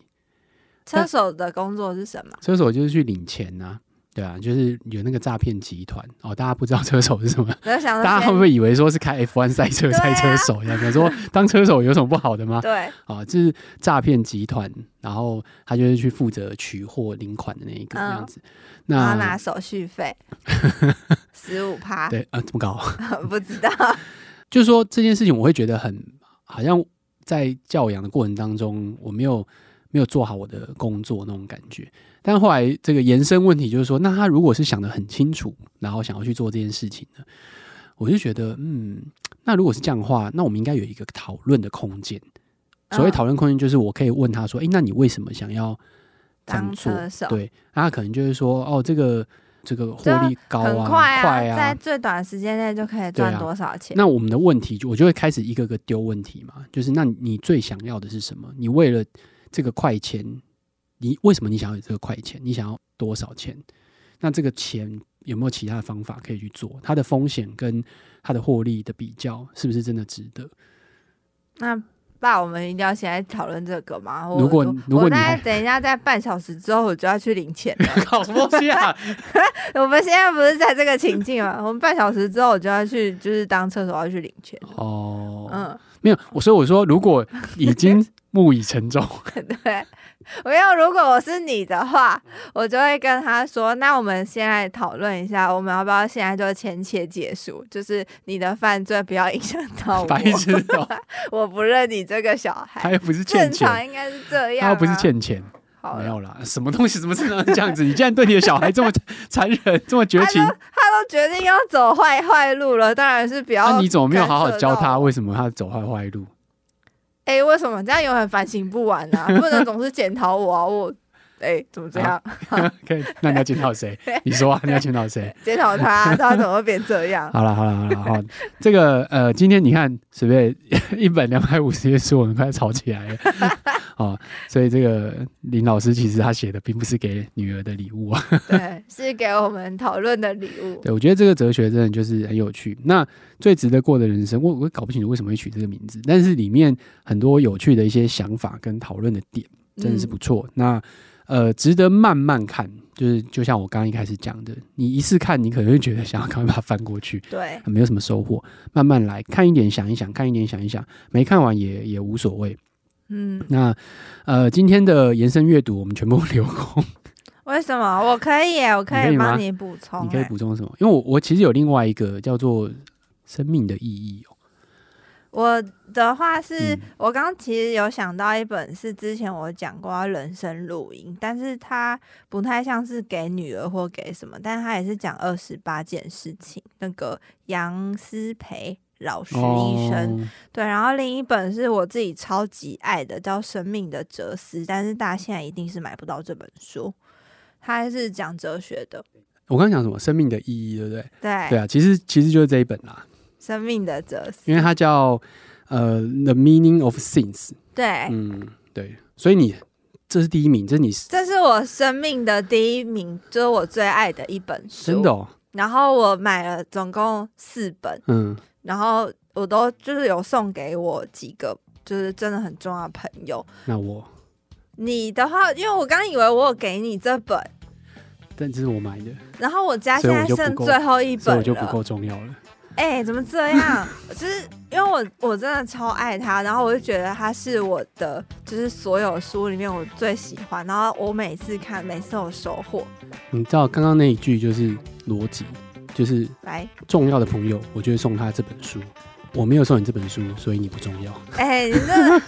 [SPEAKER 2] 车手的工作是什么？
[SPEAKER 1] 车手就是去领钱呐、对啊，就是有那个诈骗集团哦，大家不知道车手是什么，
[SPEAKER 2] 我就想
[SPEAKER 1] 大家
[SPEAKER 2] 说
[SPEAKER 1] 会不
[SPEAKER 2] 先，
[SPEAKER 1] 会以为说是开 F1 赛车
[SPEAKER 2] 啊对
[SPEAKER 1] 赛
[SPEAKER 2] 啊
[SPEAKER 1] 车手一样？想
[SPEAKER 2] [laughs]
[SPEAKER 1] 说当车手有什么不好的吗？
[SPEAKER 2] 对
[SPEAKER 1] 啊，就是诈骗集团，然后他就是去负责取货领款的那一个
[SPEAKER 2] 嗯
[SPEAKER 1] 这样子。
[SPEAKER 2] 然后
[SPEAKER 1] 那
[SPEAKER 2] 拿手
[SPEAKER 1] [laughs]
[SPEAKER 2] 续费十五趴，
[SPEAKER 1] 对啊，这么高，
[SPEAKER 2] [laughs] 不知道，
[SPEAKER 1] 就是说这件事情，我会觉得很好像在教养的过程当中，我没有没有做好我的工作那种感觉。但后来这个延伸问题就是说，那他如果是想得很清楚，然后想要去做这件事情呢，我就觉得，嗯，那如果是这样的话，那我们应该有一个讨论的空间。所谓
[SPEAKER 2] 嗯
[SPEAKER 1] 讨论空间，就是我可以问他说：“诶，那你为什么想要这样
[SPEAKER 2] 当
[SPEAKER 1] 做
[SPEAKER 2] 车？”手
[SPEAKER 1] 对，那他可能就是说：“哦，这个这个获利高
[SPEAKER 2] 很
[SPEAKER 1] 啊，
[SPEAKER 2] 快啊，
[SPEAKER 1] 快
[SPEAKER 2] 在最短时间内就可以
[SPEAKER 1] 对
[SPEAKER 2] 赚
[SPEAKER 1] 啊
[SPEAKER 2] 多少钱？
[SPEAKER 1] 那我们的问题，就我就会开始一个个丢问题嘛，就是那你最想要的是什么？你为了这个快钱，你为什么你想要有这个快钱？你想要多少钱？那这个钱有没有其他的方法可以去做？它的风险跟它的获利的比较，是不是真的值得？
[SPEAKER 2] 那爸，我们一定要现在讨论这个吗？我
[SPEAKER 1] 如果
[SPEAKER 2] 我
[SPEAKER 1] 如果
[SPEAKER 2] 我
[SPEAKER 1] 你
[SPEAKER 2] 大概
[SPEAKER 1] 还
[SPEAKER 2] 等一下，在半小时之后我就要去领钱了。
[SPEAKER 1] [laughs] 搞什么东西啊？
[SPEAKER 2] [laughs] 我们现在不是在这个情境吗？我们半小时之后我就要去，就是当厕所要去领钱。
[SPEAKER 1] 哦，
[SPEAKER 2] 嗯， [laughs]
[SPEAKER 1] 没有，我所以我说，如果已经木已
[SPEAKER 2] [laughs]
[SPEAKER 1] 成舟，
[SPEAKER 2] 对，我要如果我是你的话，
[SPEAKER 1] 嗯
[SPEAKER 2] 我就会跟他说，那我们现在讨论一下，我们要不要现在就签切结束？就是你的犯罪不要影响到
[SPEAKER 1] [laughs]
[SPEAKER 2] 我
[SPEAKER 1] 白，痴哦、
[SPEAKER 2] [laughs] 我不认你这个小
[SPEAKER 1] 他
[SPEAKER 2] 孩。
[SPEAKER 1] 又不是
[SPEAKER 2] 正
[SPEAKER 1] 欠
[SPEAKER 2] 常
[SPEAKER 1] 钱，
[SPEAKER 2] 应该是这样、
[SPEAKER 1] 他
[SPEAKER 2] 啊，
[SPEAKER 1] 又不是欠钱，
[SPEAKER 2] 好
[SPEAKER 1] 没
[SPEAKER 2] 了，
[SPEAKER 1] 有啦，什么东西，什么事能这样子？你竟然对你的小孩这么残忍，这么绝情，
[SPEAKER 2] 他都决定要走坏坏路了，当 [laughs] 然是不要。
[SPEAKER 1] 那、啊你怎么没有好好教
[SPEAKER 2] 干涉到
[SPEAKER 1] 他？为什么他走坏坏
[SPEAKER 2] [laughs]
[SPEAKER 1] 路？
[SPEAKER 2] 哎、为什么这样永远反省不完呢、啊？不能总是检讨我啊！我哎、怎么这样？
[SPEAKER 1] 啊可以，那你要检讨谁？你说啊，你要检讨谁？
[SPEAKER 2] 检讨他、他怎么会变这样？
[SPEAKER 1] 好了，好了，好了，好，这个呃，今天你看随便一本两百五十页书，我们快吵起来
[SPEAKER 2] [laughs]
[SPEAKER 1] 了哦。所以这个林老师其实他写的并不是给女儿的礼物啊。
[SPEAKER 2] 对，是给我们讨论的礼物。
[SPEAKER 1] 对，我觉得这个哲学真的就是很有趣。那最值得过的人生，我我也搞不清楚为什么会取这个名字，但是里面很多有趣的一些想法跟讨论的点，真的是不错。那呃，值得慢慢看，就是就像我刚刚一开始讲的，你一次看，你可能会觉得想要赶快把它翻过去，
[SPEAKER 2] 对，
[SPEAKER 1] 没有什么收获。慢慢来看一点，想一想，看一点，想一想，没看完也也无所谓。
[SPEAKER 2] 嗯，
[SPEAKER 1] 那呃，今天的延伸阅读我们全部 [laughs] 留空。
[SPEAKER 2] 为什么？我可以耶，我可
[SPEAKER 1] 你可以
[SPEAKER 2] 以
[SPEAKER 1] 吗
[SPEAKER 2] 帮你补充耶。哎
[SPEAKER 1] 你可以补充什么？因为我我其实有另外一个叫做生命的意义哦。
[SPEAKER 2] 我的话是、
[SPEAKER 1] 嗯
[SPEAKER 2] 我刚刚其实有想到一本是之前我讲过要人生录音，但是它不太像是给女儿或给什么，但是它也是讲二十八件事情。那个杨思培老师医生，
[SPEAKER 1] 哦
[SPEAKER 2] 对，然后另一本是我自己超级爱的，叫《生命的哲思》，但是大家现在一定是买不到这本书，它是讲哲学的，
[SPEAKER 1] 我刚刚讲什么？生命的意义，对不对？
[SPEAKER 2] 对，
[SPEAKER 1] 对啊，其实其实就是这一本啦，
[SPEAKER 2] 生命的哲思
[SPEAKER 1] 因，为它叫呃《The Meaning of Things》。
[SPEAKER 2] 对，
[SPEAKER 1] 嗯，对，所以你这是第一名，这是你
[SPEAKER 2] 这是我生命的第一名，就是我最爱的一本书。
[SPEAKER 1] 真的、哦，
[SPEAKER 2] 然后我买了总共四本，
[SPEAKER 1] 嗯，
[SPEAKER 2] 然后我都就是有送给我几个就是真的很重要的朋友。
[SPEAKER 1] 那我
[SPEAKER 2] 你的话，因为我刚以为我有给你这本，
[SPEAKER 1] 但这是我买的，
[SPEAKER 2] 然后我家
[SPEAKER 1] 所
[SPEAKER 2] 现
[SPEAKER 1] 以我
[SPEAKER 2] 在
[SPEAKER 1] 就不
[SPEAKER 2] 剩
[SPEAKER 1] 够
[SPEAKER 2] 最后一
[SPEAKER 1] 所以
[SPEAKER 2] 本
[SPEAKER 1] 我就不
[SPEAKER 2] 了。
[SPEAKER 1] 够重要了。
[SPEAKER 2] 哎、怎么这样？ [laughs] 就是因为我我真的超爱它，然后我就觉得它是我的就是所有书里面我最喜欢，然后我每次看每次都有收获。
[SPEAKER 1] 你知道刚刚那一句就是逻辑，就是
[SPEAKER 2] 来， [laughs]
[SPEAKER 1] 重要的朋友，我就会送他这本书。我没有送你这本书，所以你不重要。
[SPEAKER 2] 哎、你
[SPEAKER 1] [laughs]
[SPEAKER 2] 这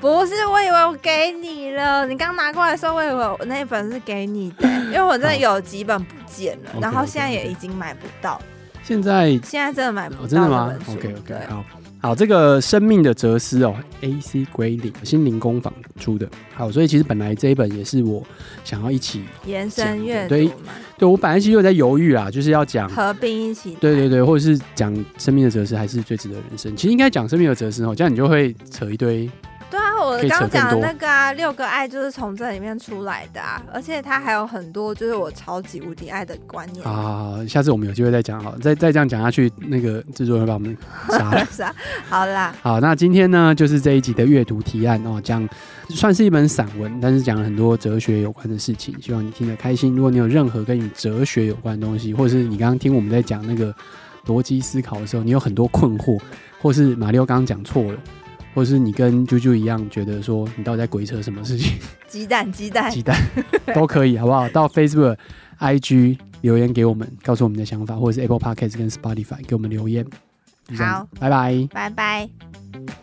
[SPEAKER 2] 不是，我以为我给你了。你刚拿过来的时候，我以为我那一本是给你的、因为我真的有几本不见
[SPEAKER 1] [laughs]
[SPEAKER 2] 了，
[SPEAKER 1] 好
[SPEAKER 2] 然后
[SPEAKER 1] OK，OK，OK
[SPEAKER 2] 现在也已经买不到，
[SPEAKER 1] 现在
[SPEAKER 2] 现在真的买不
[SPEAKER 1] 哦，
[SPEAKER 2] 到
[SPEAKER 1] 真的
[SPEAKER 2] 这
[SPEAKER 1] 吗
[SPEAKER 2] 本书。
[SPEAKER 1] ？OK OK，
[SPEAKER 2] 对
[SPEAKER 1] 好好，这个《生命的哲思》哦，A.C. 归零心灵工坊出的。好，所以其实本来这一本也是我想要一起，
[SPEAKER 2] 延伸阅
[SPEAKER 1] 对
[SPEAKER 2] 读嘛，
[SPEAKER 1] 对我本来其实有在犹豫啦，就是要讲，
[SPEAKER 2] 合并一起。
[SPEAKER 1] 对对对，或者是讲《生命的哲思》还是最值得人生。其实应该讲《生命的哲思》哦，这样你就会扯一堆。
[SPEAKER 2] 对啊，我
[SPEAKER 1] 可以扯
[SPEAKER 2] 刚讲的
[SPEAKER 1] 更多
[SPEAKER 2] 那个啊，六个爱就是从这里面出来的啊，而且它还有很多就是我超级无敌爱的观念。
[SPEAKER 1] 啊，下次我们有机会再讲好了，再再这样讲下去，那个制作人会把我们杀了。
[SPEAKER 2] [laughs] 是啊，好啦，
[SPEAKER 1] 好，那今天呢，就是这一集的阅读提案哦，讲算是一本散文，但是讲了很多哲学有关的事情，希望你听得开心。如果你有任何跟你哲学有关的东西，或者是你刚刚听我们在讲那个逻辑思考的时候，你有很多困惑，或是马六刚刚讲错了。或是你跟啾啾一样，觉得说你到底在鬼扯什么事情，
[SPEAKER 2] 鸡蛋鸡蛋，
[SPEAKER 1] 鸡蛋都可以，好不好？到 Facebook、IG 留言给我们，告诉我们的想法，或者是 Apple Podcast 跟 Spotify 给我们留言。就这样
[SPEAKER 2] 好，
[SPEAKER 1] 拜拜。
[SPEAKER 2] 拜拜。